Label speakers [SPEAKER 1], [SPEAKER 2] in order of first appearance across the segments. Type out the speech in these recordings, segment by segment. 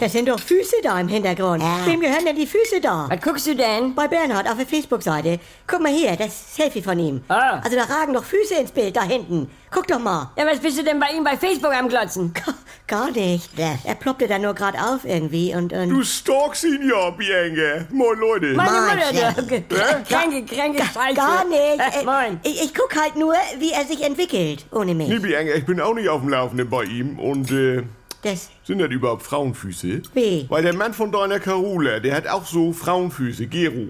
[SPEAKER 1] Das sind doch Füße da im Hintergrund.
[SPEAKER 2] Ja.
[SPEAKER 1] Wem gehören denn die Füße da?
[SPEAKER 2] Was guckst du denn?
[SPEAKER 1] Bei Bernhard auf der Facebook-Seite. Guck mal hier, das Selfie von ihm.
[SPEAKER 2] Ah.
[SPEAKER 1] Also da ragen doch Füße ins Bild da hinten. Guck doch mal.
[SPEAKER 2] Ja, was bist du denn bei ihm bei Facebook am Glotzen?
[SPEAKER 1] Gar- Gar nicht. Er ploppte da nur gerade auf irgendwie und... und
[SPEAKER 3] Du stalkst ihn ja, Bienge. Moin, Leute.
[SPEAKER 2] Meine
[SPEAKER 1] Mann,
[SPEAKER 2] Mutter, du.
[SPEAKER 1] Schlenk.
[SPEAKER 2] Kränke, kränke Scheiße.
[SPEAKER 1] gar nicht.
[SPEAKER 2] Äh,
[SPEAKER 1] Äh,
[SPEAKER 2] moin.
[SPEAKER 1] Ich, ich guck halt nur, wie er sich entwickelt. Ohne
[SPEAKER 3] Nee,
[SPEAKER 2] Hm.
[SPEAKER 1] mich.
[SPEAKER 3] Bienge, ich bin auch nicht auf dem Laufenden bei ihm. Und, äh,
[SPEAKER 1] Das...
[SPEAKER 3] sind das überhaupt Frauenfüße?
[SPEAKER 1] Wie?
[SPEAKER 3] Weil der Mann von deiner Carola, der hat auch so Frauenfüße, Gero.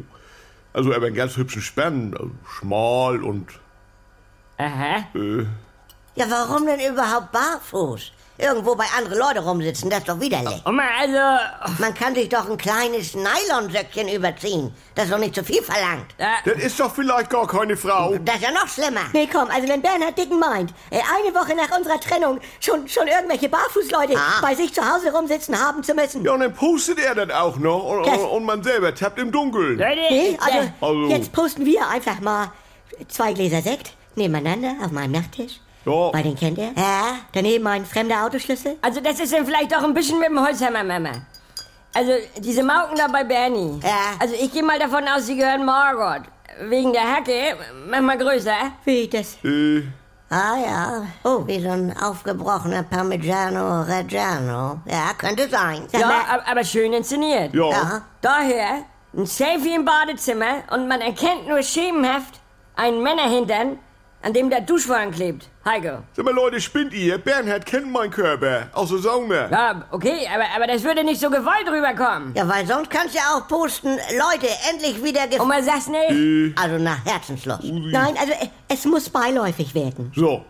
[SPEAKER 3] Also, aber einen ganz hübschen Spann. Also, schmal und,
[SPEAKER 2] Aha.
[SPEAKER 3] äh,
[SPEAKER 4] Ja, warum denn überhaupt barfuß? Irgendwo bei anderen Leute rumsitzen, das ist doch widerlich.
[SPEAKER 2] Oma, also,
[SPEAKER 4] Man kann sich doch ein kleines Nylonsäckchen überziehen. Das ist doch nicht zu viel verlangt.
[SPEAKER 2] äh,
[SPEAKER 3] das ist doch vielleicht gar keine Frau.
[SPEAKER 4] Das ist ja noch schlimmer.
[SPEAKER 1] Nee, komm, also wenn Bernhard Dicken meint, äh, eine Woche nach unserer Trennung schon, schon irgendwelche Barfußleute
[SPEAKER 4] Ah.
[SPEAKER 1] bei sich zu Hause rumsitzen haben zu müssen.
[SPEAKER 3] Ja, und dann postet er das auch noch. Und,
[SPEAKER 1] Das-
[SPEAKER 3] und, und man selber tappt im Dunkeln.
[SPEAKER 2] Leute,
[SPEAKER 1] Nee,
[SPEAKER 2] ich,
[SPEAKER 1] also,
[SPEAKER 2] äh,
[SPEAKER 3] Also-
[SPEAKER 1] jetzt posten wir einfach mal zwei Gläser Sekt nebeneinander auf meinem Nachttisch.
[SPEAKER 3] Ja.
[SPEAKER 1] Weil den kennt er.
[SPEAKER 4] Ja?
[SPEAKER 1] Daneben ein fremder Autoschlüssel.
[SPEAKER 2] also das ist dann vielleicht auch ein bisschen mit dem Holzhammer, Mama. Also, diese Mauken da bei Bernie.
[SPEAKER 4] Ja.
[SPEAKER 2] Also, ich gehe mal davon aus, sie gehören Margot. Wegen der Hacke, mach mal größer.
[SPEAKER 1] Wie das?
[SPEAKER 3] Äh,
[SPEAKER 4] Ah ja. Oh, wie so ein aufgebrochener Parmigiano Reggiano. Ja, könnte sein.
[SPEAKER 2] Ja,
[SPEAKER 1] mal-
[SPEAKER 2] ab- aber schön inszeniert.
[SPEAKER 3] ja.
[SPEAKER 4] Ja.
[SPEAKER 2] Daher ein Selfie im Badezimmer und man erkennt nur schemenhaft einen Männerhintern, an dem der Duschvorhang klebt. Heiko.
[SPEAKER 3] Sag mal, Leute, spinnt ihr? Bernhard kennt meinen Körper. Also, Aus der Sauna.
[SPEAKER 2] Ja, okay, aber, aber das würde nicht so gewollt rüberkommen.
[SPEAKER 4] Ja, weil sonst kannst du ja auch posten, Leute, endlich wieder gef...
[SPEAKER 2] Oma sag's nicht.
[SPEAKER 3] Äh,
[SPEAKER 4] Also nach Herzenslust.
[SPEAKER 1] Um- Nein, also äh, es muss beiläufig werden.
[SPEAKER 3] So.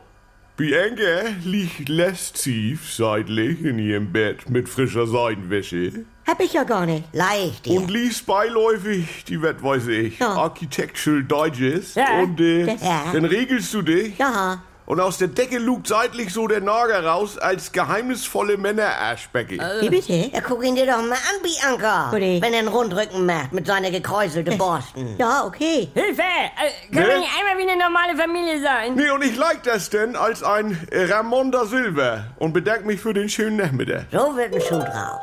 [SPEAKER 3] Bianca liegt lastiv seitlich in ihrem Bett mit frischer Seidenwäsche
[SPEAKER 1] Hab ich ja gar nicht.
[SPEAKER 4] Leicht
[SPEAKER 3] und
[SPEAKER 4] dir.
[SPEAKER 3] liest beiläufig die, was weiß ich,
[SPEAKER 1] Ja.
[SPEAKER 3] Architectural Digest
[SPEAKER 2] Ja.
[SPEAKER 3] und äh,
[SPEAKER 1] Das-
[SPEAKER 4] Ja.
[SPEAKER 3] dann regelst du dich
[SPEAKER 1] Ja,
[SPEAKER 3] und aus der Decke lugt seitlich so der Nager raus als geheimnisvolle Männeraschbecke.
[SPEAKER 1] wie bitte?
[SPEAKER 4] Ja, guck ihn dir doch mal an, Bianca.
[SPEAKER 1] Gute.
[SPEAKER 4] Wenn er einen Rundrücken macht mit seiner gekräuselten Borsten.
[SPEAKER 1] Ja, okay.
[SPEAKER 2] Hilfe! Äh, können wir
[SPEAKER 3] Nee.
[SPEAKER 2] nicht einmal wie eine normale Familie sein?
[SPEAKER 3] Nee, und ich like das denn als ein Ramonda Silver und bedanke mich für den schönen Nachmittag.
[SPEAKER 4] So wird ein Schuh draus.